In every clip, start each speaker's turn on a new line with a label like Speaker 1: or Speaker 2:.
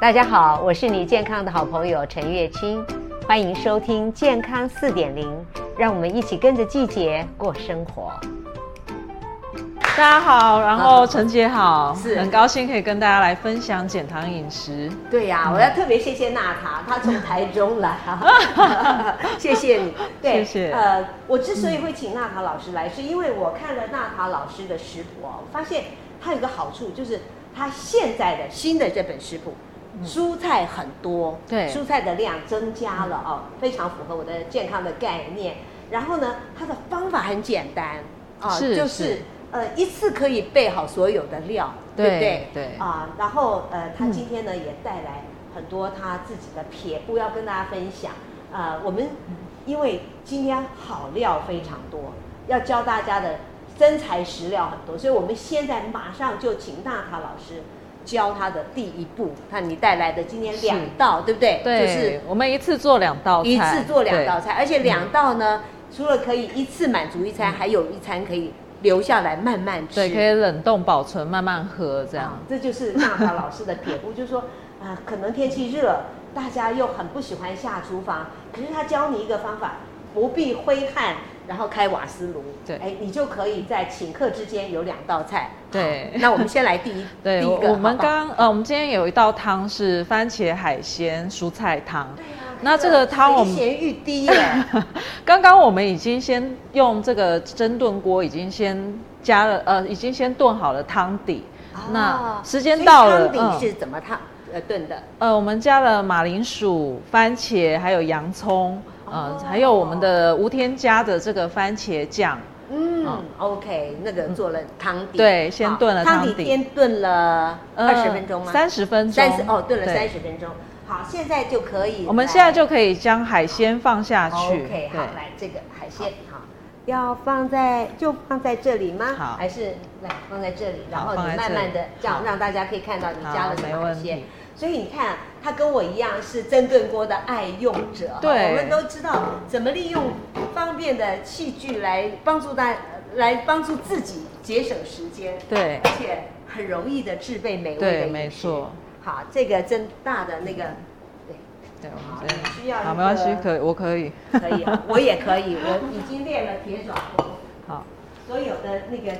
Speaker 1: 大家好，我是你健康的好朋友陈月清，欢迎收听《健康四点零》，让我们一起跟着季节过生活。
Speaker 2: 大家好，然后
Speaker 1: 嗯
Speaker 2: 陈姐好，
Speaker 1: 是
Speaker 2: 很高兴可以跟大家来分享减糖饮食。
Speaker 1: 对呀、
Speaker 2: 嗯
Speaker 1: 我要特别谢谢娜塔，她从台中 来啊，谢谢你。
Speaker 2: 谢谢
Speaker 1: 呃，我之所以会请娜塔老师来，是因为我看了娜塔老师的食谱哦，我发现它有一个好处，就是它现在的新的这本食谱。蔬菜很多，
Speaker 2: 嗯对
Speaker 1: 蔬菜的量增加了哦，非常符合我的健康的概念。然后呢，它的方法很简单啊，
Speaker 2: 是
Speaker 1: 就是
Speaker 2: 是
Speaker 1: 呃一次可以备好所有的料，对不对
Speaker 2: 对？对
Speaker 1: 啊，然后呃，
Speaker 2: 嗯
Speaker 1: 他今天呢也带来很多他自己的撇步要跟大家分享。呃，我们因为今天好料非常多，要教大家的真材实料很多，所以我们现在马上就请娜塔老师教他的第一步。看你带来的今天两
Speaker 2: 是
Speaker 1: 道，对不对？
Speaker 2: 对，
Speaker 1: 就是
Speaker 2: 我们一次做两道菜，
Speaker 1: 一次做两
Speaker 2: 对嗯
Speaker 1: 道菜，而且两道呢，除了可以一次满足一餐，还有一餐可以留下来慢慢吃。
Speaker 2: 对，可以冷冻保存，慢慢喝这
Speaker 1: 啊
Speaker 2: 样。
Speaker 1: 这就是娜塔老师的撇步，就是说啊，可能天气热，大家又很不喜欢下厨房，可是他教你一个方法，不必挥汗，然后开瓦斯炉，
Speaker 2: 对
Speaker 1: 哎，你就可以在请客之间有两道菜。
Speaker 2: 对
Speaker 1: 好那我们先来第一，
Speaker 2: 对，
Speaker 1: 第
Speaker 2: 我
Speaker 1: 一个，
Speaker 2: 我们
Speaker 1: 好不好
Speaker 2: 刚呃，我们今天有一道汤是番茄海鲜蔬菜汤。
Speaker 1: 对啊
Speaker 2: 那这个汤我们
Speaker 1: 垂涎欲滴 耶，
Speaker 2: 刚刚我们已经先用这个蒸炖锅已经先加了呃，已经先炖好了汤底。那
Speaker 1: 哦
Speaker 2: 时间到了，
Speaker 1: 所
Speaker 2: 嗯
Speaker 1: 以汤底是怎么烫呃炖的？
Speaker 2: 呃，我们加了马铃薯、番茄，还有洋葱，呃，
Speaker 1: 哦
Speaker 2: 还有我们的无添加的这个番茄酱。
Speaker 1: 嗯
Speaker 2: 嗯
Speaker 1: ，OK，那个做了汤底，
Speaker 2: 对先
Speaker 1: 好
Speaker 2: 炖了
Speaker 1: 汤
Speaker 2: 汤
Speaker 1: 底，
Speaker 2: 底呃
Speaker 1: 先炖了二十分钟吗？
Speaker 2: 三十分钟，
Speaker 1: 三十哦，炖了
Speaker 2: 对
Speaker 1: 三。十分钟。好，现在就可以来。
Speaker 2: 我们现在就可以将海鲜放下去。
Speaker 1: 哦 OK，好，来这个海鲜好，要放在就放在这里吗？
Speaker 2: 好
Speaker 1: 还是来放在这里，然
Speaker 2: 好
Speaker 1: 后
Speaker 2: 放
Speaker 1: 你
Speaker 2: 在
Speaker 1: 慢
Speaker 2: 这
Speaker 1: 慢
Speaker 2: 里
Speaker 1: 的这样
Speaker 2: 好
Speaker 1: 让大家可以看到你加了什么
Speaker 2: 好没
Speaker 1: 海
Speaker 2: 问
Speaker 1: 鲜
Speaker 2: 题。
Speaker 1: 所以你看，他跟我一样是蒸炖锅的爱用者，哈
Speaker 2: 对
Speaker 1: 我们都知道怎么利用方便的器具来帮助大，来帮助自己节省时间。
Speaker 2: 对
Speaker 1: 而且很容易的制备美味的
Speaker 2: 对
Speaker 1: 饮
Speaker 2: 没
Speaker 1: 食
Speaker 2: 错。
Speaker 1: 好，这个蒸大的那个，对，
Speaker 2: 对，
Speaker 1: 好
Speaker 2: 我们这样
Speaker 1: 需要一个
Speaker 2: 好，没关系，可以，我可以。
Speaker 1: 可以 啊，我也可以，我已经练了铁爪功。
Speaker 2: 好，
Speaker 1: 所有的那个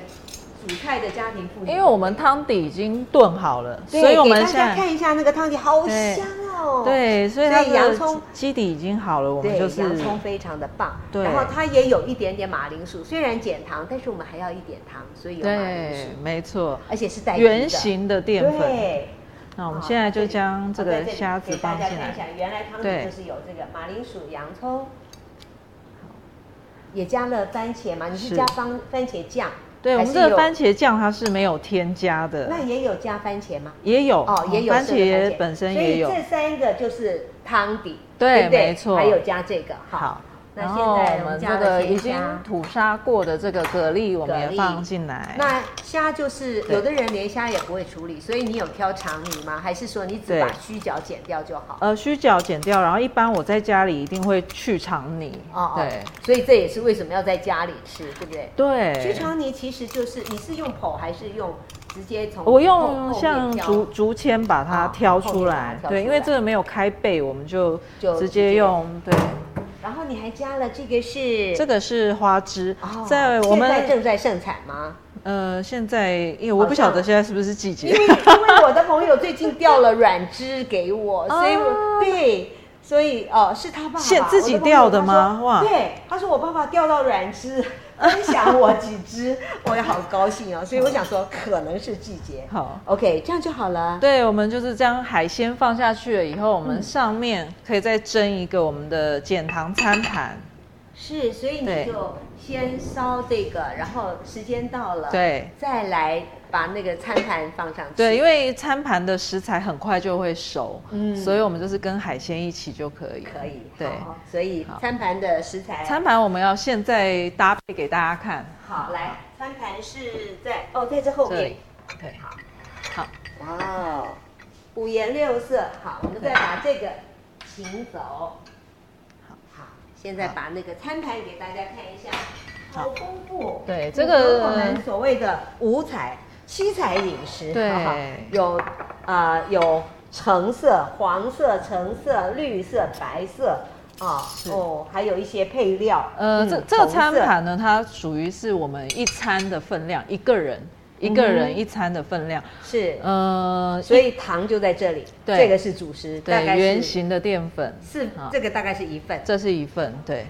Speaker 1: 煮菜的家庭妇女，
Speaker 2: 因为我们汤底已经炖好了，
Speaker 1: 对
Speaker 2: 所以我
Speaker 1: 给
Speaker 2: 们
Speaker 1: 大
Speaker 2: 现
Speaker 1: 家
Speaker 2: 在
Speaker 1: 看一下那个汤底，好
Speaker 2: 对
Speaker 1: 香哦。
Speaker 2: 对，所以它
Speaker 1: 所以洋
Speaker 2: 的
Speaker 1: 葱
Speaker 2: 基底已经好了，我们
Speaker 1: 对，
Speaker 2: 就是
Speaker 1: 洋葱非常的棒，
Speaker 2: 对
Speaker 1: 然后它也有一点点马铃薯，虽然减糖，但是我们还要一点糖，所以有马铃
Speaker 2: 对
Speaker 1: 薯，，
Speaker 2: 没错，
Speaker 1: 而且是带皮的
Speaker 2: 圆形的淀粉。
Speaker 1: 对
Speaker 2: 那我们现在就将
Speaker 1: 啊
Speaker 2: 这
Speaker 1: 好在
Speaker 2: 个
Speaker 1: 里
Speaker 2: 虾子
Speaker 1: 给大
Speaker 2: 放
Speaker 1: 家
Speaker 2: 进
Speaker 1: 看一
Speaker 2: 来，
Speaker 1: 下，原来汤底
Speaker 2: 对
Speaker 1: 就是有这个马铃薯、洋葱，也加了番茄嘛，你是
Speaker 2: 是
Speaker 1: 加番番茄酱，
Speaker 2: 对，我
Speaker 1: 还
Speaker 2: 们
Speaker 1: 是
Speaker 2: 这
Speaker 1: 有
Speaker 2: 个番茄酱它是没有添加的，
Speaker 1: 那也有加番茄吗？
Speaker 2: 也有嗯
Speaker 1: 哦，也有
Speaker 2: 番
Speaker 1: 这个
Speaker 2: 茄本身
Speaker 1: 所
Speaker 2: 也
Speaker 1: 以
Speaker 2: 有，
Speaker 1: 这三个就是汤底，
Speaker 2: 对
Speaker 1: 不对
Speaker 2: 没错
Speaker 1: 还有加这个，好
Speaker 2: 好。
Speaker 1: 那
Speaker 2: 然
Speaker 1: 现
Speaker 2: 后
Speaker 1: 在
Speaker 2: 我们
Speaker 1: 加了
Speaker 2: 这个
Speaker 1: 甜
Speaker 2: 已经
Speaker 1: 虾
Speaker 2: 吐沙过的这个蛤蜊，我们
Speaker 1: 蛤
Speaker 2: 也
Speaker 1: 蜊
Speaker 2: 放进来。
Speaker 1: 那虾就是
Speaker 2: 对
Speaker 1: 有的人连虾也不会处理，所以你有挑长泥吗？还是说你只
Speaker 2: 对
Speaker 1: 把须角剪掉就好？
Speaker 2: 呃，须角剪掉，然后一般我在家里一定会去肠泥。
Speaker 1: 哦哦
Speaker 2: 对，
Speaker 1: 所以这也是为什么要在家里吃，对不对？须
Speaker 2: 对，
Speaker 1: 长泥其实就是你是用剖还是用直接从
Speaker 2: 我
Speaker 1: 后后
Speaker 2: 用
Speaker 1: 面
Speaker 2: 像
Speaker 1: 挑
Speaker 2: 竹竹签把它
Speaker 1: 哦
Speaker 2: 挑
Speaker 1: 后
Speaker 2: 出
Speaker 1: 面把它
Speaker 2: 来
Speaker 1: 挑，
Speaker 2: 对，
Speaker 1: 出
Speaker 2: 因为
Speaker 1: 来
Speaker 2: 这个没有开背，我们就
Speaker 1: 就
Speaker 2: 直
Speaker 1: 直接
Speaker 2: 接用对。
Speaker 1: 然后你还加了这个是
Speaker 2: 这个是花枝
Speaker 1: 哦，
Speaker 2: 在我
Speaker 1: 现在
Speaker 2: 们
Speaker 1: 正在盛产吗？
Speaker 2: 呃现在，因为我不晓
Speaker 1: 好像
Speaker 2: 得现在是不是季
Speaker 1: 因为
Speaker 2: 节，
Speaker 1: 因为我的朋友最近掉了软枝给我，所以我
Speaker 2: 啊
Speaker 1: 对，所以哦是他爸爸
Speaker 2: 现自己
Speaker 1: 我朋友
Speaker 2: 掉的
Speaker 1: 他说
Speaker 2: 吗哇
Speaker 1: 对，他说我爸爸掉到软 枝，分享我几枝，我也好高兴哦。所以我想说，可能是季节。
Speaker 2: 好。
Speaker 1: OK，这样就好了。
Speaker 2: 对，我们就是将海鲜放下去了以后，我们上面可以再蒸一个我们的减糖餐盘。
Speaker 1: 是，所以你
Speaker 2: 对
Speaker 1: 就先烧这个，然后时间到了，，
Speaker 2: 对
Speaker 1: 再来把那个餐盘放上去。
Speaker 2: 对，因
Speaker 1: 为
Speaker 2: 为餐盘的食材很快就会熟，
Speaker 1: 嗯
Speaker 2: 所以我们就是跟海鲜一起就可以。
Speaker 1: 可以，
Speaker 2: 对，
Speaker 1: 好，所以
Speaker 2: 好
Speaker 1: 餐盘的食材
Speaker 2: 餐盘我们要现在搭配给大家看。
Speaker 1: 好，来，餐盘是在哦，在这后
Speaker 2: 这
Speaker 1: 面
Speaker 2: 里。，对，
Speaker 1: 好，
Speaker 2: 好，
Speaker 1: 哇哦，五颜六色。好，我们再把这个请走。好，好，现在把那个餐盘给大家看一下，好丰富。
Speaker 2: 对
Speaker 1: 符合
Speaker 2: 这个
Speaker 1: 我们所谓的五彩、七彩饮食，
Speaker 2: 对
Speaker 1: 好不好有呃有橙色、黄色、橙色、绿色、白色啊，哦，还有一些配料。
Speaker 2: 呃，
Speaker 1: 嗯
Speaker 2: 这这个
Speaker 1: 红
Speaker 2: 餐
Speaker 1: 色
Speaker 2: 盘呢，它属于是我们一餐的分量，一个人一个
Speaker 1: 嗯
Speaker 2: 人一餐的分量。
Speaker 1: 是，
Speaker 2: 呃，
Speaker 1: 所以糖就在这里。
Speaker 2: 对
Speaker 1: 这个是主食，大
Speaker 2: 对
Speaker 1: 概
Speaker 2: 圆
Speaker 1: 是
Speaker 2: 形的淀粉
Speaker 1: 是
Speaker 2: 啊
Speaker 1: 这个大概是一份。
Speaker 2: 这是一份对。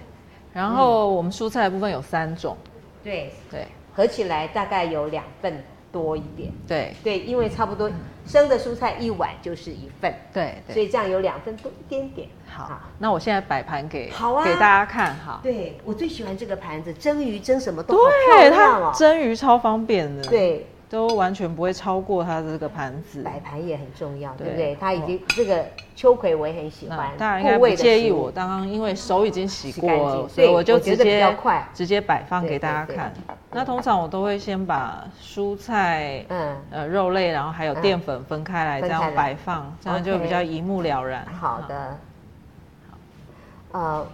Speaker 2: 然后
Speaker 1: 嗯
Speaker 2: 我们蔬菜的部分有三种，
Speaker 1: 对，
Speaker 2: 对
Speaker 1: 合起来大概有两份多一点。
Speaker 2: 对
Speaker 1: 对，因为差不多生的蔬菜一碗就是一份，
Speaker 2: 对
Speaker 1: 所
Speaker 2: 对。
Speaker 1: 以这样有两份多一点点。
Speaker 2: 好，那我现在摆盘给
Speaker 1: 好啊
Speaker 2: 给大家看好。
Speaker 1: 对我最喜欢这个盘子，蒸鱼蒸什么都好漂
Speaker 2: 对，
Speaker 1: 亮
Speaker 2: 它
Speaker 1: 哦。
Speaker 2: 蒸鱼超方便的，，
Speaker 1: 对，
Speaker 2: 都完全不会超过它的这个盘子。
Speaker 1: 摆盘也很重要，对不
Speaker 2: 对
Speaker 1: 对？它已
Speaker 2: 哦
Speaker 1: 经这个秋葵我也很喜
Speaker 2: 那
Speaker 1: 欢，
Speaker 2: 大家应
Speaker 1: 部
Speaker 2: 该
Speaker 1: 位
Speaker 2: 不
Speaker 1: 的
Speaker 2: 介意
Speaker 1: 食物
Speaker 2: 我刚刚，因为手已经洗
Speaker 1: 洗
Speaker 2: 过
Speaker 1: 干净
Speaker 2: 了，
Speaker 1: 对
Speaker 2: 所以我就
Speaker 1: 我觉
Speaker 2: 直
Speaker 1: 得比
Speaker 2: 接
Speaker 1: 较快
Speaker 2: 直接摆放给大家
Speaker 1: 对对
Speaker 2: 看
Speaker 1: 对。
Speaker 2: 那通常我都会先把蔬菜、
Speaker 1: 嗯。
Speaker 2: 呃肉类，然后还有
Speaker 1: 嗯
Speaker 2: 淀粉分开来，这
Speaker 1: 分开来
Speaker 2: 样摆放，这样就
Speaker 1: OK
Speaker 2: 比较一目了然。嗯
Speaker 1: 好
Speaker 2: 啊，
Speaker 1: 的。呃，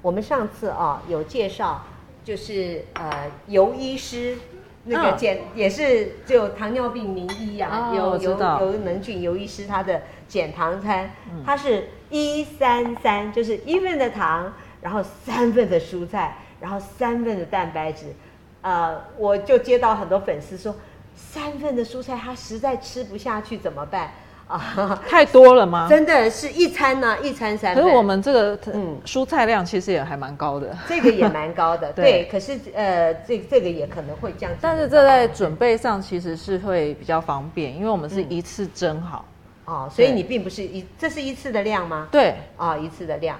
Speaker 1: 我们上次啊、有介绍，就是呃尤医师那个
Speaker 2: 嗯
Speaker 1: 减、也是就糖尿病名医啊，
Speaker 2: 哦
Speaker 1: 尤
Speaker 2: 我
Speaker 1: 尤
Speaker 2: 知道嗯
Speaker 1: 尤能俊尤医师他的减糖餐，他是一三三，就是一份的糖，然后三份的蔬菜，然后三份的蛋白质。呃，我就接到很多粉丝说，三份的蔬菜他实在吃不下去怎么办 啊？
Speaker 2: 太多了吗？
Speaker 1: 真的是一餐呢、一餐三
Speaker 2: 可
Speaker 1: 份。
Speaker 2: 是我们这个
Speaker 1: 嗯
Speaker 2: 蔬菜量其实也还蛮高的。
Speaker 1: 这个也蛮高 的，对
Speaker 2: 对
Speaker 1: 可是呃，这这个也可能会降低。
Speaker 2: 但是这在准备上其实是会比较方便，因为我们
Speaker 1: 嗯
Speaker 2: 是一次蒸好。
Speaker 1: 哦，所以
Speaker 2: 对
Speaker 1: 你并不是一，这是一次的量吗？
Speaker 2: 对，
Speaker 1: 啊、一次的量。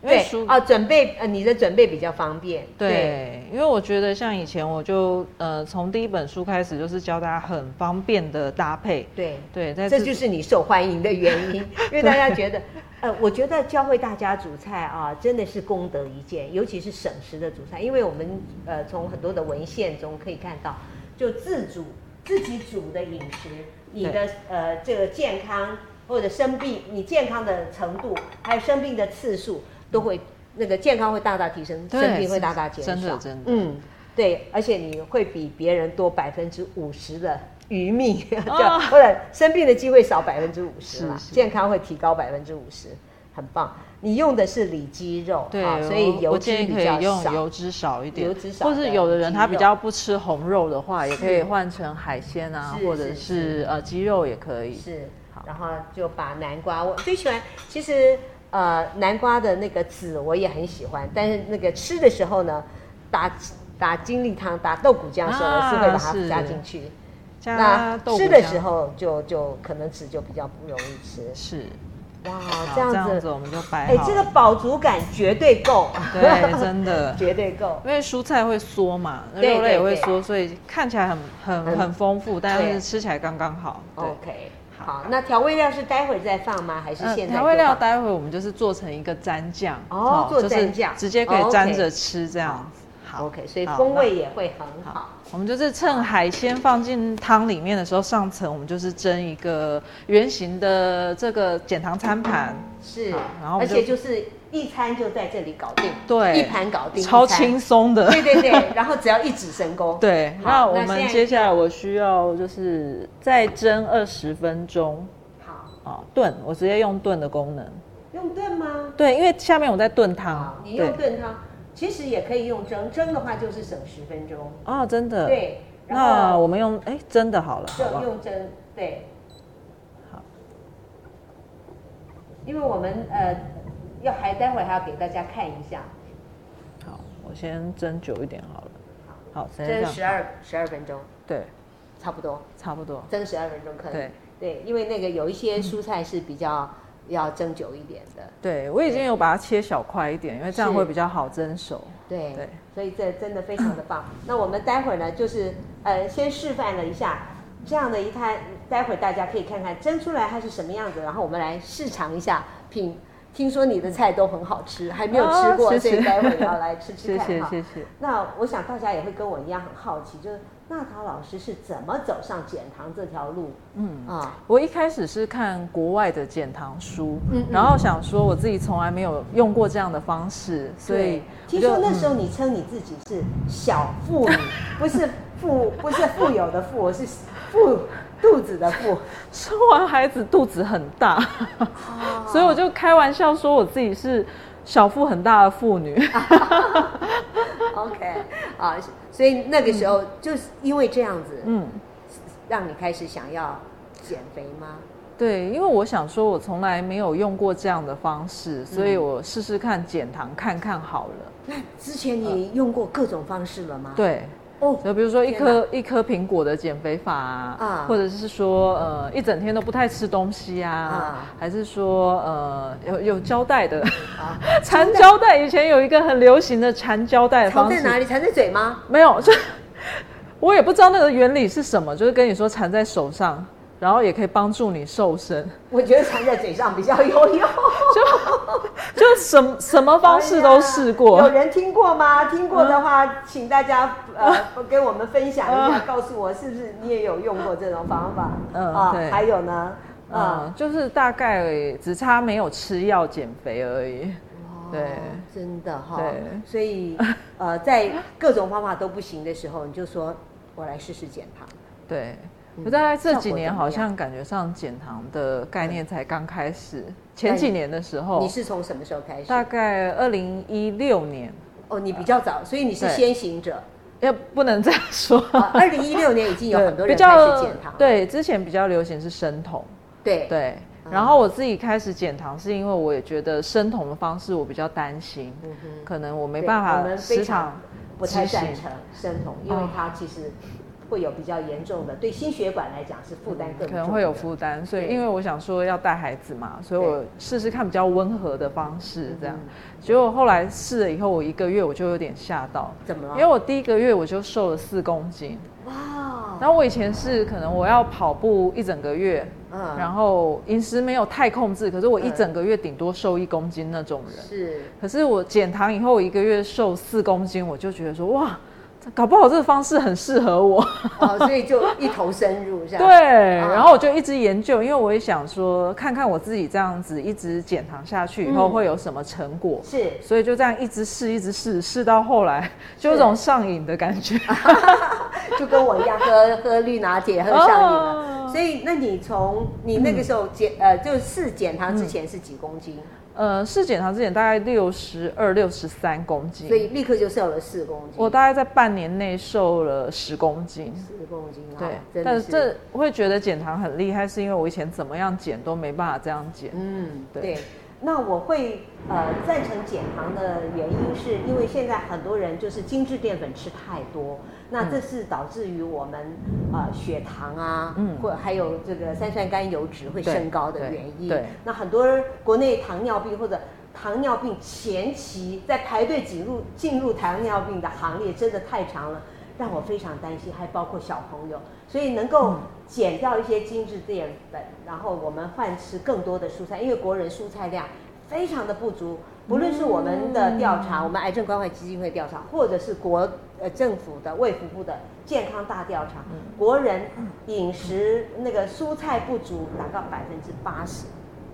Speaker 2: 因为
Speaker 1: 对
Speaker 2: 蔬
Speaker 1: 啊、准备呃，你的准备比较方便。
Speaker 2: 对，因为我觉得像以前我就呃从第一本书开始就是教大家很方便的搭配，
Speaker 1: 对，
Speaker 2: 对，在
Speaker 1: 对这
Speaker 2: 自
Speaker 1: 就是你受欢迎的 原因，因为大家觉得，呃，我觉得教会大家煮菜啊，真的是功德一件，尤其是省时的煮菜，因为我们呃从很多的文献中可以看到，就自主自己煮的饮食，你的呃这个健康或者生病，你健康的程度，还有生病的次数，都会那个健康会大大提升，
Speaker 2: 对
Speaker 1: 生病会
Speaker 2: 是
Speaker 1: 大大减少，
Speaker 2: 真的真的
Speaker 1: 嗯，对，而且你会比别人多百分之五十的余命，
Speaker 2: 哦
Speaker 1: 对，或者生病的机会少百分之五十啦，
Speaker 2: 是是
Speaker 1: 健康会提高百分之五十，很棒。你用的是里脊肉，
Speaker 2: 对，
Speaker 1: 啊所
Speaker 2: 我
Speaker 1: 以油
Speaker 2: 我
Speaker 1: 脂
Speaker 2: 建议可
Speaker 1: 比较
Speaker 2: 以用
Speaker 1: 少。
Speaker 2: 油脂少一点，
Speaker 1: 油脂少
Speaker 2: 或是有的人
Speaker 1: 的
Speaker 2: 他
Speaker 1: 鸡
Speaker 2: 比
Speaker 1: 肉
Speaker 2: 较不吃红肉的话，也可以
Speaker 1: 是
Speaker 2: 换成海鲜啊，
Speaker 1: 是
Speaker 2: 或者
Speaker 1: 是
Speaker 2: 是呃鸡肉也可以。
Speaker 1: 是
Speaker 2: 好，
Speaker 1: 然后就把南瓜，我最喜欢，其实呃南瓜的那个籽我也很喜欢，但是那个吃的时候呢，打打精力汤、打豆骨酱的时候、
Speaker 2: 啊
Speaker 1: 是会把它
Speaker 2: 是
Speaker 1: 加进去。
Speaker 2: 加
Speaker 1: 那
Speaker 2: 豆
Speaker 1: 吃
Speaker 2: 腐
Speaker 1: 的
Speaker 2: 浆
Speaker 1: 时候就就可能籽就比较不容易吃。
Speaker 2: 是
Speaker 1: 哇
Speaker 2: 好，
Speaker 1: 这样
Speaker 2: 样
Speaker 1: 子
Speaker 2: 子我们就摆
Speaker 1: 哎、
Speaker 2: 好
Speaker 1: 这个
Speaker 2: 了。
Speaker 1: 饱足感绝对够，
Speaker 2: 对，真
Speaker 1: ，
Speaker 2: 的
Speaker 1: 绝对够。
Speaker 2: 因为蔬菜会缩嘛，那
Speaker 1: 对
Speaker 2: 肉类也
Speaker 1: 对
Speaker 2: 会
Speaker 1: 对
Speaker 2: 缩，所以看起来很
Speaker 1: 很
Speaker 2: 很很丰富，但
Speaker 1: 对哦
Speaker 2: 是吃起来刚刚好。对，
Speaker 1: OK，
Speaker 2: 好
Speaker 1: 好，那调味料是待会儿再放吗？还是
Speaker 2: 嗯，
Speaker 1: 现在就放？
Speaker 2: 调味料待会我们就是做成一个蘸酱
Speaker 1: 哦做
Speaker 2: 就是
Speaker 1: 蘸酱
Speaker 2: 直接可
Speaker 1: 哦
Speaker 2: 以
Speaker 1: ，OK
Speaker 2: 沾着吃这样子。
Speaker 1: OK，所以
Speaker 2: 好
Speaker 1: 风味也会很
Speaker 2: 那
Speaker 1: 好
Speaker 2: 好。，我们就是趁海鲜放进汤里面的时候，上层我们就是蒸一个圆形的这个减糖餐盘，
Speaker 1: 是
Speaker 2: 好，然后我
Speaker 1: 而
Speaker 2: 们就
Speaker 1: 且就是一餐就在这里搞定，
Speaker 2: 对
Speaker 1: 一盘搞定，
Speaker 2: 超
Speaker 1: 一餐
Speaker 2: 轻。松的。
Speaker 1: 对对对，然后只要一指神功。
Speaker 2: 对，
Speaker 1: 好
Speaker 2: 那我
Speaker 1: 那现
Speaker 2: 们
Speaker 1: 在
Speaker 2: 接下来我需要就是再蒸二十分钟
Speaker 1: 好，
Speaker 2: 啊，炖，我直接用炖的功能。
Speaker 1: 用炖吗？
Speaker 2: 对，因为下面我在炖
Speaker 1: 好
Speaker 2: 汤，。
Speaker 1: 你
Speaker 2: 啊对
Speaker 1: 用，炖汤，其实也可以用蒸，蒸的话就是省十分钟。
Speaker 2: 哦，真的。。
Speaker 1: 对，然
Speaker 2: 那
Speaker 1: 后
Speaker 2: 我们用哎真的好了，好不
Speaker 1: 就
Speaker 2: 好？
Speaker 1: 用蒸，对。
Speaker 2: 好。
Speaker 1: 因为我们呃要还待会儿还要给大家看一下，
Speaker 2: 好，我先蒸久一点好了。好，先这
Speaker 1: 蒸
Speaker 2: 样。
Speaker 1: 十二十二分钟，
Speaker 2: 对，
Speaker 1: 差不多
Speaker 2: 差不多。
Speaker 1: 蒸十二分钟可以。
Speaker 2: 对
Speaker 1: 对，因为那个有一些蔬菜是比较要蒸久一点的，
Speaker 2: 对，我已经有把它切小块一点，因为这样
Speaker 1: 是
Speaker 2: 会比较好蒸熟。
Speaker 1: 对，
Speaker 2: 对
Speaker 1: 所以这真的非常的 棒。那我们待会儿呢，就是呃先示范了一下这样的一摊，待会儿大家可以看看蒸出来它是什么样子，然后我们来试尝一下品。听说你的菜都很好吃，还没有吃过，
Speaker 2: 哦谢
Speaker 1: 所以
Speaker 2: 谢
Speaker 1: 待会儿也要来吃吃
Speaker 2: 谢
Speaker 1: 看
Speaker 2: 谢
Speaker 1: 哈
Speaker 2: 谢谢。
Speaker 1: 那我想大家也会跟我一样很好奇，就是纳塔老师是怎么走上减糖这条路？嗯啊，
Speaker 2: 我一开始是看国外的减糖书，
Speaker 1: 嗯嗯
Speaker 2: 然后想说我自己从来没有用过这样的方式，所以
Speaker 1: 对听说
Speaker 2: 我就嗯
Speaker 1: 那时候你称你自己是小妇女，不是富，不是富有的富，是富。肚肚子的腹，
Speaker 2: 嗯 生完孩子肚子很大，
Speaker 1: 哦
Speaker 2: 所以我就开玩笑说我自己是小腹很大的妇女。
Speaker 1: 啊 OK 啊，所以那个时候就是因为这样子，
Speaker 2: 嗯，
Speaker 1: 让你开始想要减肥吗？
Speaker 2: 对，因为我想说，我从来没有用过这样的方式，所
Speaker 1: 嗯
Speaker 2: 以我试试看减糖看看好了。
Speaker 1: 那之前你用过各种方式了吗？
Speaker 2: 呃对，
Speaker 1: 哦，
Speaker 2: 就比如说一
Speaker 1: 天哪
Speaker 2: 颗一颗苹果的减肥法啊，
Speaker 1: 啊
Speaker 2: 或者是说呃一整天都不太吃东西啊，
Speaker 1: 啊
Speaker 2: 还是说呃有有胶带的
Speaker 1: 啊，
Speaker 2: 缠胶带，以前有一个很流行的缠胶带的
Speaker 1: 藏
Speaker 2: 方
Speaker 1: 在哪
Speaker 2: 式，
Speaker 1: 里？藏在嘴吗？
Speaker 2: 没有， 就我也不知道那个原理是什么，就是跟你说缠在手上，然后也可以帮助你瘦身。
Speaker 1: 我觉得藏在嘴上比较有用。
Speaker 2: 就就什么什么方式都试过，嗯
Speaker 1: 哎呀有人听过吗？听过的话，请大家呃给我们分享一下，
Speaker 2: 嗯
Speaker 1: 告诉我是不是你也有用过这种方法？
Speaker 2: 嗯
Speaker 1: 啊
Speaker 2: 对
Speaker 1: 还有呢，啊，
Speaker 2: 嗯，就是大概只差没有吃药减肥而已。对
Speaker 1: 哦真的哈
Speaker 2: 对，
Speaker 1: 所以呃，在各种方法都不行的时候，你就说我来试试减胖。
Speaker 2: 对，
Speaker 1: 嗯
Speaker 2: 我大概这
Speaker 1: 效果
Speaker 2: 几
Speaker 1: 怎
Speaker 2: 年
Speaker 1: 么
Speaker 2: 好
Speaker 1: 样
Speaker 2: 像感觉上减糖的概念才刚开始，前几年的时
Speaker 1: 你
Speaker 2: 候，
Speaker 1: 是从什么时候开始？
Speaker 2: 哦大概二零一六年，
Speaker 1: 哦，你比较早，所以你是
Speaker 2: 对
Speaker 1: 先行 者。啊
Speaker 2: 也不能这样说，
Speaker 1: 二零一六年已哦经有很多
Speaker 2: 对
Speaker 1: 人
Speaker 2: 比
Speaker 1: 开
Speaker 2: 较
Speaker 1: 始减糖了，
Speaker 2: 对，之前比较流行是生酮，
Speaker 1: 对
Speaker 2: 对。
Speaker 1: 嗯
Speaker 2: 然后我自己开始减糖，是因为我也觉得生酮的方式我比较担心，
Speaker 1: 嗯哼
Speaker 2: 可能我没
Speaker 1: 对
Speaker 2: 办
Speaker 1: 我
Speaker 2: 法
Speaker 1: 们非
Speaker 2: 时
Speaker 1: 常
Speaker 2: 常
Speaker 1: 不太
Speaker 2: 执行
Speaker 1: 赞成生酮，因为
Speaker 2: 哦
Speaker 1: 它其实会有比较严重的，对心血管来讲是负担更
Speaker 2: 嗯可
Speaker 1: 重的
Speaker 2: 能会有负担，所以
Speaker 1: 对
Speaker 2: 因为我想说要带孩子嘛，所以我试试看比较温和的方式这样
Speaker 1: 嗯。
Speaker 2: 结果后来试了以后，我一个月我就有点吓到，
Speaker 1: 怎么
Speaker 2: 因
Speaker 1: 了？
Speaker 2: 为我第一个月我就瘦了四公斤，
Speaker 1: 哇，
Speaker 2: 然后我以前是可能我要跑步一整个月，
Speaker 1: 嗯
Speaker 2: 然后饮食没有太控制，可是我一
Speaker 1: 嗯
Speaker 2: 整个月顶多瘦一公斤那种人。
Speaker 1: 是
Speaker 2: 可是我减糖以后，我一个月瘦四公斤，我就觉得说哇，这搞不好这个方式很适合我。
Speaker 1: 哦，所以就一头深入这样。
Speaker 2: 对，
Speaker 1: 啊
Speaker 2: 然后我就一直研究，因为我也想说，看看我自己这样子一直减糖下去以后
Speaker 1: 嗯
Speaker 2: 会有什么成果，
Speaker 1: 是
Speaker 2: 所以就这样一直试，一直试，试到后 来就有
Speaker 1: 是
Speaker 2: 种上瘾的感觉。
Speaker 1: 就跟我一样喝喝绿拿铁喝上瘾了。
Speaker 2: 哦
Speaker 1: 所以，那你从你那个时候减、呃，就试减糖
Speaker 2: 嗯
Speaker 1: 之前是几公斤，
Speaker 2: 呃，试减糖之前大概六十二、六十三公斤，
Speaker 1: 所以立刻就瘦了四公斤。
Speaker 2: 嗯我大概在半年内瘦了十公斤。
Speaker 1: 四公斤啊，
Speaker 2: 对，
Speaker 1: 真
Speaker 2: 但
Speaker 1: 的
Speaker 2: 是
Speaker 1: 是
Speaker 2: 这我会觉得减糖很厉害，是因为我以前怎么样减都没办法这样减。
Speaker 1: 嗯，
Speaker 2: 对
Speaker 1: 对。那我会呃赞成减糖的原因，是因为现在很多人就是精致淀粉吃太多，那这是导致于我们呃血糖啊，
Speaker 2: 嗯
Speaker 1: 或还有这个三酸甘油脂会
Speaker 2: 对
Speaker 1: 升高的
Speaker 2: 对
Speaker 1: 原因。
Speaker 2: 对
Speaker 1: 那很多人国内糖尿病或者糖尿病前期在排队进入进入糖尿病的行列真的太长了，让我非常担心，还包括小朋友。所以能够减掉一些精致淀粉，然后我们换吃更多的蔬菜，因为国人蔬菜量非常的不足。不论是我们的调查，我们癌症关怀基金会调查，或者是国呃政府的卫福部的健康大调查，国人饮食那个蔬菜不足达到百分之八十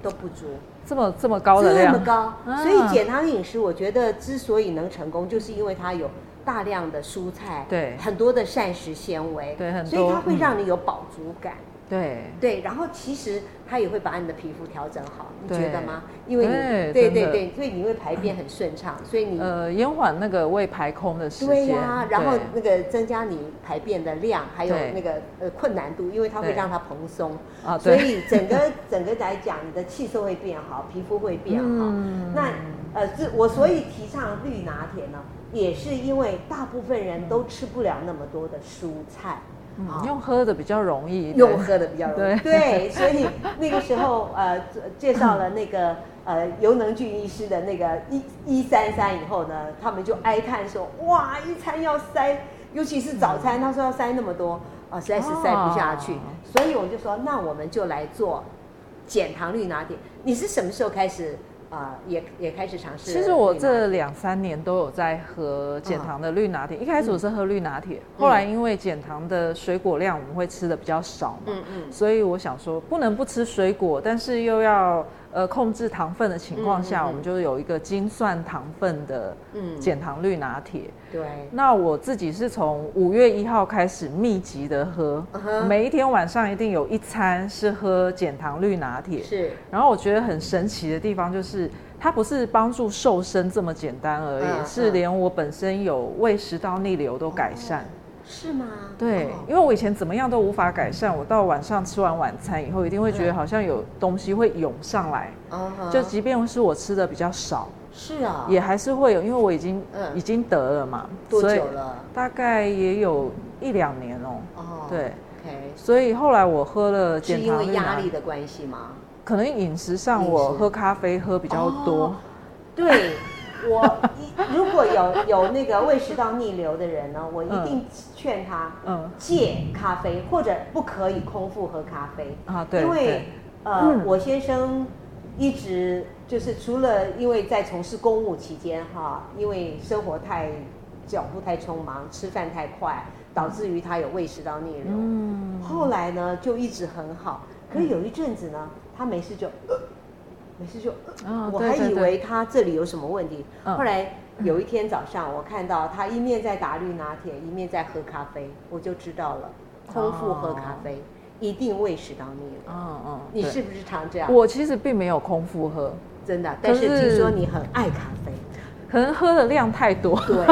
Speaker 1: 都不足。
Speaker 2: 这么这么高的量，
Speaker 1: 这么高，
Speaker 2: 啊
Speaker 1: 所以减糖饮食，我觉得之所以能成功，就是因为它有大量的蔬菜，
Speaker 2: 对
Speaker 1: 很多的膳食纤维，
Speaker 2: 对很多
Speaker 1: 所以它会让你有饱足感，
Speaker 2: 对，
Speaker 1: 对，然后其实它也会把你的皮肤调整好，你
Speaker 2: 对
Speaker 1: 觉得吗？因为你
Speaker 2: 对
Speaker 1: 对
Speaker 2: 真
Speaker 1: 对
Speaker 2: 的
Speaker 1: 对，所以你会排便很顺畅，所以你。
Speaker 2: 呃，延缓那个胃排空的时间。
Speaker 1: 对呀、然后
Speaker 2: 对
Speaker 1: 那个增加你排便的量，还有
Speaker 2: 对
Speaker 1: 那个呃困难度，因为它会
Speaker 2: 对
Speaker 1: 让它蓬松，
Speaker 2: 啊，
Speaker 1: 所
Speaker 2: 对，
Speaker 1: 以整 个整个来讲，你的气色会变好，皮肤会变好。
Speaker 2: 嗯
Speaker 1: 那呃，这我所以提倡绿拿铁呢，也是因为大部分人都吃不了那么多的蔬菜，啊
Speaker 2: 嗯，用喝的比较容易一点，
Speaker 1: 用喝的比较容易。
Speaker 2: 对
Speaker 1: 对，所以那个时候呃介绍了那个呃尤能俊医师的那个一一三三以后呢，他们就哀叹说：哇，一餐要塞，尤其是早餐，他说要塞那么多啊，实在是塞不下去
Speaker 2: 哦。
Speaker 1: 所以我就说，那我们就来做减糖绿拿铁。你是什么时候开始啊、也也开始尝试绿拿铁？
Speaker 2: 其实我这两三年都有在喝减
Speaker 1: 啊
Speaker 2: 糖的绿拿铁，一开始我是喝绿拿铁，
Speaker 1: 嗯
Speaker 2: 后来因为减糖的水果量我们会吃的比较少嘛，
Speaker 1: 嗯嗯
Speaker 2: 所以我想说不能不吃水果，但是又要呃控制糖分的情况
Speaker 1: 嗯
Speaker 2: 下，
Speaker 1: 嗯嗯
Speaker 2: 我们就有一个精算糖分的
Speaker 1: 嗯，
Speaker 2: 减糖率拿铁。
Speaker 1: 对，
Speaker 2: 那我自己是从五月一号开始密集的喝
Speaker 1: 嗯哼
Speaker 2: 每一天晚上一定有一餐是喝减糖绿拿铁。
Speaker 1: 是，
Speaker 2: 然后我觉得很神奇的地方就是，它不是帮助瘦身这么简单而已，
Speaker 1: 嗯嗯
Speaker 2: 是连我本身有胃食道逆流都改善。
Speaker 1: 是吗？
Speaker 2: 对，
Speaker 1: 哦
Speaker 2: 因为我以前怎么样都无法改善，我到晚上吃完晚餐以后，一定会觉得
Speaker 1: 嗯
Speaker 2: 好像有东西会涌上来。
Speaker 1: 嗯哼
Speaker 2: 就即便是我吃的比较少，
Speaker 1: 是啊，
Speaker 2: 也还是会有，因为我已经、
Speaker 1: 嗯
Speaker 2: 已经得了嘛，
Speaker 1: 多
Speaker 2: 所以
Speaker 1: 久了？
Speaker 2: 大概也有一两年哦、
Speaker 1: 哦，
Speaker 2: 对，
Speaker 1: ，OK，
Speaker 2: 所以后来我喝了
Speaker 1: 是
Speaker 2: 减
Speaker 1: 因
Speaker 2: 糖
Speaker 1: 为
Speaker 2: 绿拿
Speaker 1: 压力的关系吗？
Speaker 2: 可能饮食
Speaker 1: 饮
Speaker 2: 上
Speaker 1: 食
Speaker 2: 我喝咖啡喝比较多，
Speaker 1: 哦对我一如果有有那个胃食道逆流的人呢，我一定劝他
Speaker 2: 嗯
Speaker 1: 戒咖啡，或者不可以空腹喝咖啡，
Speaker 2: 啊对，
Speaker 1: 因为
Speaker 2: 对
Speaker 1: 呃、
Speaker 2: 嗯
Speaker 1: 我先生一直就是除了因为在从事公务期间哈，因为生活太脚步太匆忙，吃饭太快，导致于他有胃食道逆流。
Speaker 2: 嗯
Speaker 1: 后来呢就一直很好，可是有一阵子呢，他没事就，呃没事就，呃
Speaker 2: 啊
Speaker 1: 我
Speaker 2: 对
Speaker 1: 还
Speaker 2: 对
Speaker 1: 以
Speaker 2: 对
Speaker 1: 为他这里有什么问题。
Speaker 2: 嗯
Speaker 1: 后来有一天早上，我看到他一面在打绿拿铁，一面在喝咖啡，我就知道了，空腹喝咖啡、一定胃食道逆流。
Speaker 2: 嗯嗯，
Speaker 1: 你
Speaker 2: 哦对
Speaker 1: 是不是常这样？
Speaker 2: 我其实并没有空腹喝，
Speaker 1: 真的，
Speaker 2: 可
Speaker 1: 但是
Speaker 2: 是
Speaker 1: 听说你很爱咖 啡，
Speaker 2: 可能喝的量太多，
Speaker 1: 对，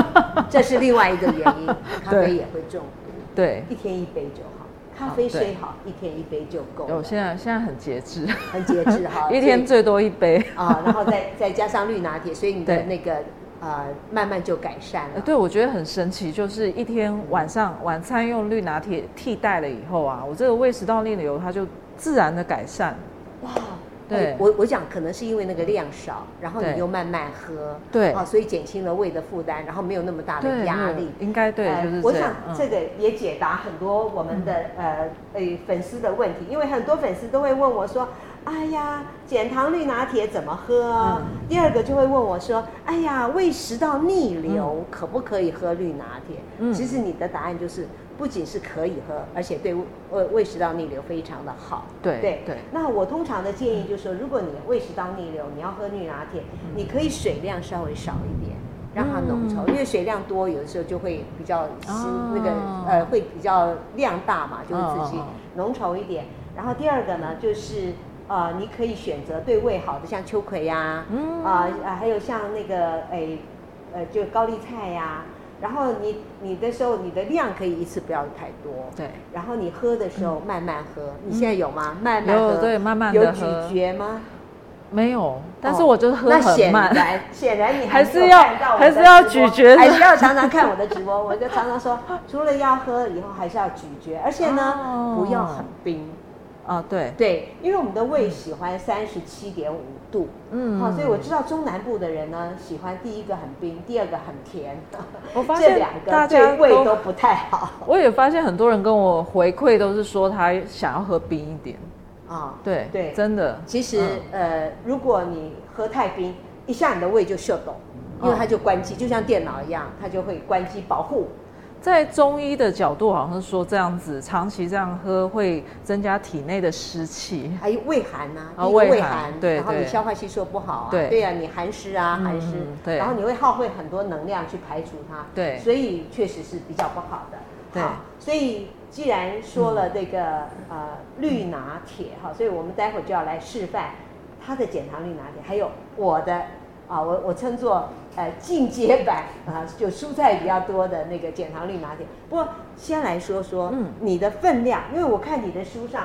Speaker 1: 这是另外一个原 因，咖啡也会中毒，
Speaker 2: 对，
Speaker 1: 一天一杯就好。咖啡
Speaker 2: 好对
Speaker 1: 虽好，一天一杯就够了。
Speaker 2: 我现在现在很节制，
Speaker 1: 很节制哈，
Speaker 2: 一天最多一杯。
Speaker 1: 啊，然后再再加上绿拿铁，所以你的
Speaker 2: 对
Speaker 1: 那个呃慢慢就改善
Speaker 2: 呃
Speaker 1: 了。
Speaker 2: 对，我觉得很神奇，就是一天晚上晚餐用绿拿铁替代了以后啊，我这个胃食道逆流它就自然的改善。
Speaker 1: 哇，
Speaker 2: 对
Speaker 1: 哎我我讲可能是因为那个量少，然后你
Speaker 2: 对
Speaker 1: 又慢慢喝，
Speaker 2: 对
Speaker 1: 啊，所以减轻了胃的负担，然后没有那么大的
Speaker 2: 对，
Speaker 1: 压
Speaker 2: 对
Speaker 1: 力。
Speaker 2: 应该对，
Speaker 1: 呃
Speaker 2: 就是
Speaker 1: 我
Speaker 2: 这
Speaker 1: 想
Speaker 2: 样。嗯
Speaker 1: 这个也解答很多我们的、呃呃粉丝的问题，因为很多粉丝都会问我说：“哎呀，减糖绿拿铁怎么喝？”啊
Speaker 2: 嗯
Speaker 1: 第二个就会问我说：“哎呀，胃食道逆流、可不可以喝绿拿铁？”
Speaker 2: 嗯
Speaker 1: 其实你的答案就是不仅是可以喝，而且对胃呃胃食道逆流非常的好。
Speaker 2: 对对
Speaker 1: 那我通常的建议就是说，如果你胃食道逆流，你要喝绿拿铁，你可以水量稍微少一点，让它浓稠，
Speaker 2: 嗯
Speaker 1: 因为水量多，有的时候就会比较稀，
Speaker 2: 哦
Speaker 1: 那个呃会比较量大嘛，就是自己
Speaker 2: 嗯嗯
Speaker 1: 浓稠一点。然后第二个呢，就是呃，你可以选择对胃好的，像秋葵呀、啊，
Speaker 2: 嗯
Speaker 1: 啊、啊还有像那个诶呃，就高丽菜呀、然后你你的时候，你的量可以一次不要太多，
Speaker 2: 对，
Speaker 1: 然后你喝的时候慢慢喝，你现在有吗？慢慢喝，
Speaker 2: 嗯有对慢慢地
Speaker 1: 有咀
Speaker 2: 喝
Speaker 1: 嚼吗？
Speaker 2: 没有，但是
Speaker 1: 哦
Speaker 2: 我就是喝
Speaker 1: 那
Speaker 2: 很
Speaker 1: 显
Speaker 2: 慢。
Speaker 1: 然，显然你
Speaker 2: 还
Speaker 1: 没
Speaker 2: 是
Speaker 1: 有
Speaker 2: 要
Speaker 1: 看到我
Speaker 2: 还
Speaker 1: 的
Speaker 2: 是要
Speaker 1: 直播
Speaker 2: 咀嚼
Speaker 1: 还是要常常看我的直播。 我就常常说，除了要喝以后，还是要咀嚼，而且呢，
Speaker 2: 哦
Speaker 1: 不要很冰。
Speaker 2: 啊，对，
Speaker 1: 对，因为我们的胃喜欢三十七点五度，
Speaker 2: 嗯
Speaker 1: 好、所以我知道中南部的人呢，喜欢第一个很冰，第二个很甜。
Speaker 2: 我发
Speaker 1: 这
Speaker 2: 现
Speaker 1: 两个
Speaker 2: 大
Speaker 1: 对
Speaker 2: 家
Speaker 1: 胃
Speaker 2: 都
Speaker 1: 都不太好
Speaker 2: 我也发现很多人跟我回馈都是说他想要喝冰一点，
Speaker 1: 啊、
Speaker 2: 对
Speaker 1: 对，
Speaker 2: 真的。
Speaker 1: 其实、
Speaker 2: 嗯
Speaker 1: 呃，如果你喝太冰，一下你的胃就秀抖，因为
Speaker 2: 嗯
Speaker 1: 它就关机，就像电脑一样，它就会关机保护。
Speaker 2: 在中医的角度，好像是说这样子长期这样喝会增加体内的湿气。
Speaker 1: 还有胃寒呐、
Speaker 2: 啊
Speaker 1: 第一个胃
Speaker 2: 胃寒
Speaker 1: 寒，
Speaker 2: 对
Speaker 1: 然后你
Speaker 2: 对
Speaker 1: 消化吸收不好啊，
Speaker 2: 对
Speaker 1: 呀、你寒湿啊，
Speaker 2: 嗯
Speaker 1: 寒湿，
Speaker 2: 对
Speaker 1: 然后你会耗费很多能量去排除它，
Speaker 2: 对
Speaker 1: 所以确实是比较不好的，
Speaker 2: 对
Speaker 1: 好所以既然说了这个、呃绿拿铁哈，所以我们待会儿就要来示范它的减糖绿拿铁，还有我的。啊，我我称作呃进阶版啊，就蔬菜比较多的那个减糖绿拿铁。不过先来说说，嗯
Speaker 2: 嗯，
Speaker 1: 你的分量，因为我看你的书上，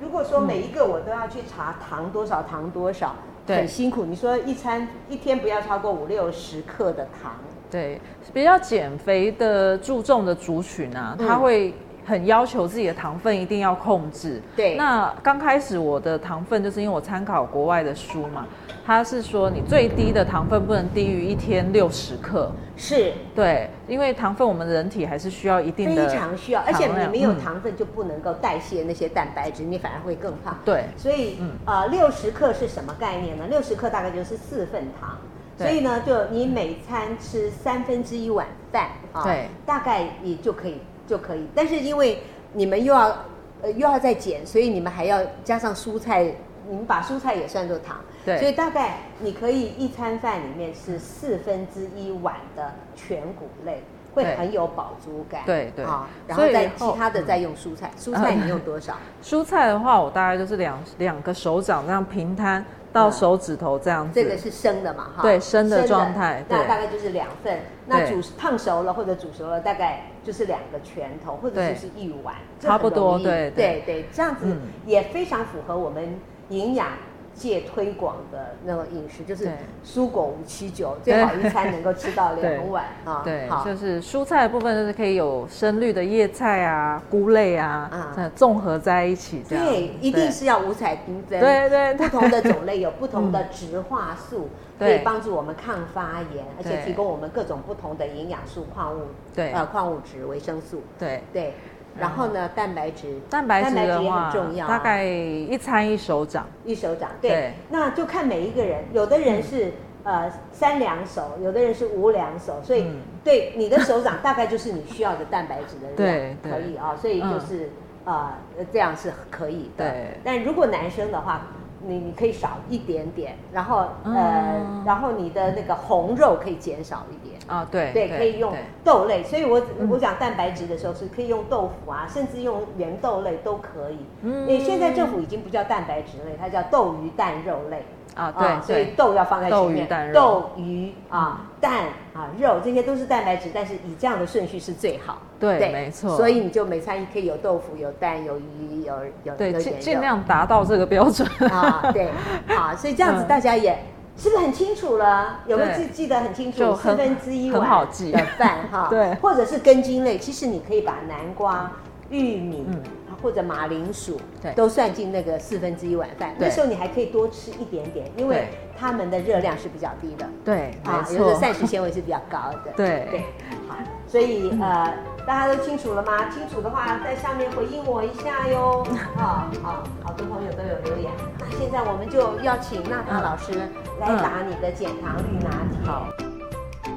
Speaker 1: 如果说每一个我都要去查糖多少，糖多少，
Speaker 2: 对
Speaker 1: 很辛苦。你说一餐一天不要超过五六十克的糖，
Speaker 2: 对，比较减肥的注重的族群啊，
Speaker 1: 嗯
Speaker 2: 他会很要求自己的糖分一定要控制。
Speaker 1: 对
Speaker 2: 那刚开始我的糖分就是因为我参考国外的书嘛，它是说你最低的糖分不能低于一天六十克。
Speaker 1: 是
Speaker 2: 对，因为糖分我们人体还是需要一定
Speaker 1: 非
Speaker 2: 的，
Speaker 1: 常需要，而且
Speaker 2: 糖
Speaker 1: 你
Speaker 2: 量
Speaker 1: 没有
Speaker 2: 嗯
Speaker 1: 糖分就不能够代谢那些蛋白质，你反而会更胖。
Speaker 2: 对
Speaker 1: 所以
Speaker 2: 嗯
Speaker 1: 呃，六十克是什么概念呢？六十克大概就是四份糖，
Speaker 2: 对
Speaker 1: 所以呢，就你每餐吃三分之一碗饭啊，
Speaker 2: 对，
Speaker 1: 大概也就可以就可以。但是因为你们又要呃又要再减，所以你们还要加上蔬菜你们把蔬菜也算作糖，
Speaker 2: 对
Speaker 1: 所以大概你可以一餐饭里面是四分之一碗的全谷类，会
Speaker 2: 对
Speaker 1: 很有饱足感，
Speaker 2: 对对
Speaker 1: 啊，然后
Speaker 2: 所以
Speaker 1: 再
Speaker 2: 以
Speaker 1: 其
Speaker 2: 后
Speaker 1: 他的
Speaker 2: 嗯
Speaker 1: 再用蔬菜，蔬菜你用多少？
Speaker 2: 蔬菜的话，我大概就是两两个手掌这样平摊到
Speaker 1: 嗯
Speaker 2: 手指头这样子。
Speaker 1: 这个是生的嘛，哈，
Speaker 2: 对生的状态
Speaker 1: 那
Speaker 2: 对
Speaker 1: 大概就是两份。那
Speaker 2: 对
Speaker 1: 煮烫熟了或者煮熟了，大概就是两个拳头，或者
Speaker 2: 对
Speaker 1: 就是一碗，这
Speaker 2: 差不
Speaker 1: 很容
Speaker 2: 多
Speaker 1: 易对
Speaker 2: 对对
Speaker 1: 对，这样子
Speaker 2: 嗯
Speaker 1: 也非常符合我们营养界推广的那个饮食，就是
Speaker 2: 对
Speaker 1: 蔬果五七九，最好一餐能够吃到两碗啊。
Speaker 2: 对
Speaker 1: 好，，
Speaker 2: 就是蔬菜的部分，就是可以有深绿的叶菜啊、菇类
Speaker 1: 啊
Speaker 2: 啊，嗯综合在一起这样。
Speaker 1: 对，一定是要五彩缤纷。
Speaker 2: 对对对
Speaker 1: 不同的种 类有不同的植化素，可
Speaker 2: 对
Speaker 1: 以帮助我们抗发炎，而且
Speaker 2: 对
Speaker 1: 提供我们各种不同的营养素、矿物
Speaker 2: 对嗯
Speaker 1: 呃矿物质、维生素，
Speaker 2: 对。
Speaker 1: 对。然后呢，蛋白质，
Speaker 2: 蛋白质的
Speaker 1: 也
Speaker 2: 话，
Speaker 1: 很重要啊，
Speaker 2: 大概一餐一手掌。
Speaker 1: 一手掌。对
Speaker 2: 对，嗯
Speaker 1: 那就看每一个人，有的人是呃三两手，有的人是五两手，所以
Speaker 2: 嗯
Speaker 1: 对你的手掌大概就是你需要的蛋白质的量，
Speaker 2: 对对嗯
Speaker 1: 可以啊，所以就是呃这样是可以的。
Speaker 2: 对
Speaker 1: 但如果男生的话，你你可以少一点点，然后呃
Speaker 2: 嗯，
Speaker 1: 然后你的那个红肉可以减少一点。
Speaker 2: 啊，对
Speaker 1: 对，可以用
Speaker 2: 对
Speaker 1: 豆类。所以我
Speaker 2: 嗯
Speaker 1: 我讲蛋白质的时候是可以用豆腐啊，甚至用原豆类都可以。因
Speaker 2: 嗯
Speaker 1: 为现在政府已经不叫蛋白质类，它叫豆鱼蛋肉类。
Speaker 2: 啊，对
Speaker 1: 所以
Speaker 2: 对
Speaker 1: 豆要放在前面
Speaker 2: 豆鱼蛋，肉嗯
Speaker 1: 豆鱼啊、蛋啊、肉这些都是蛋白质，但是以这样的顺序是最好。
Speaker 2: 对没错
Speaker 1: 所以你就每餐可以有豆腐、有蛋、有鱼、有有有
Speaker 2: 对，
Speaker 1: 盐
Speaker 2: 尽
Speaker 1: 肉
Speaker 2: 尽量达到这个标准。
Speaker 1: 啊，对，好，所以这样子
Speaker 2: 嗯
Speaker 1: 大家也。是不是很清楚了？有没有
Speaker 2: 对
Speaker 1: 记记得很清楚？
Speaker 2: 就
Speaker 1: 四
Speaker 2: 很
Speaker 1: 分之一碗
Speaker 2: 很好记
Speaker 1: 的饭哈，
Speaker 2: 对
Speaker 1: 或者是根茎类，其实你可以把南瓜、玉米、
Speaker 2: 嗯
Speaker 1: 或者马铃薯
Speaker 2: 对
Speaker 1: 都算进那个四分之一碗饭。
Speaker 2: 对
Speaker 1: 那时候你还可以多吃一点点，因为
Speaker 2: 对
Speaker 1: 它们的热量是比较低的。
Speaker 2: 对，没
Speaker 1: 啊，有的
Speaker 2: 错。
Speaker 1: 膳食纤维是比较高的。
Speaker 2: 对
Speaker 1: 对，好，所以呃，大家都清楚了吗？清楚的话，在下面回应我一下 哟。啊、好，好多朋友都有留言。那现在我们就要请娜塔老师来答你的减糖绿拿铁。
Speaker 2: 好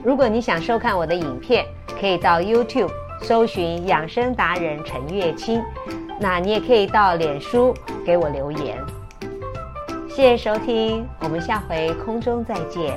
Speaker 1: 如果你想收看我的影片，可以到 YouTube 搜寻“养生达人陈月清”，那你也可以到脸书给我留言。谢谢收听，我们下回空中再见。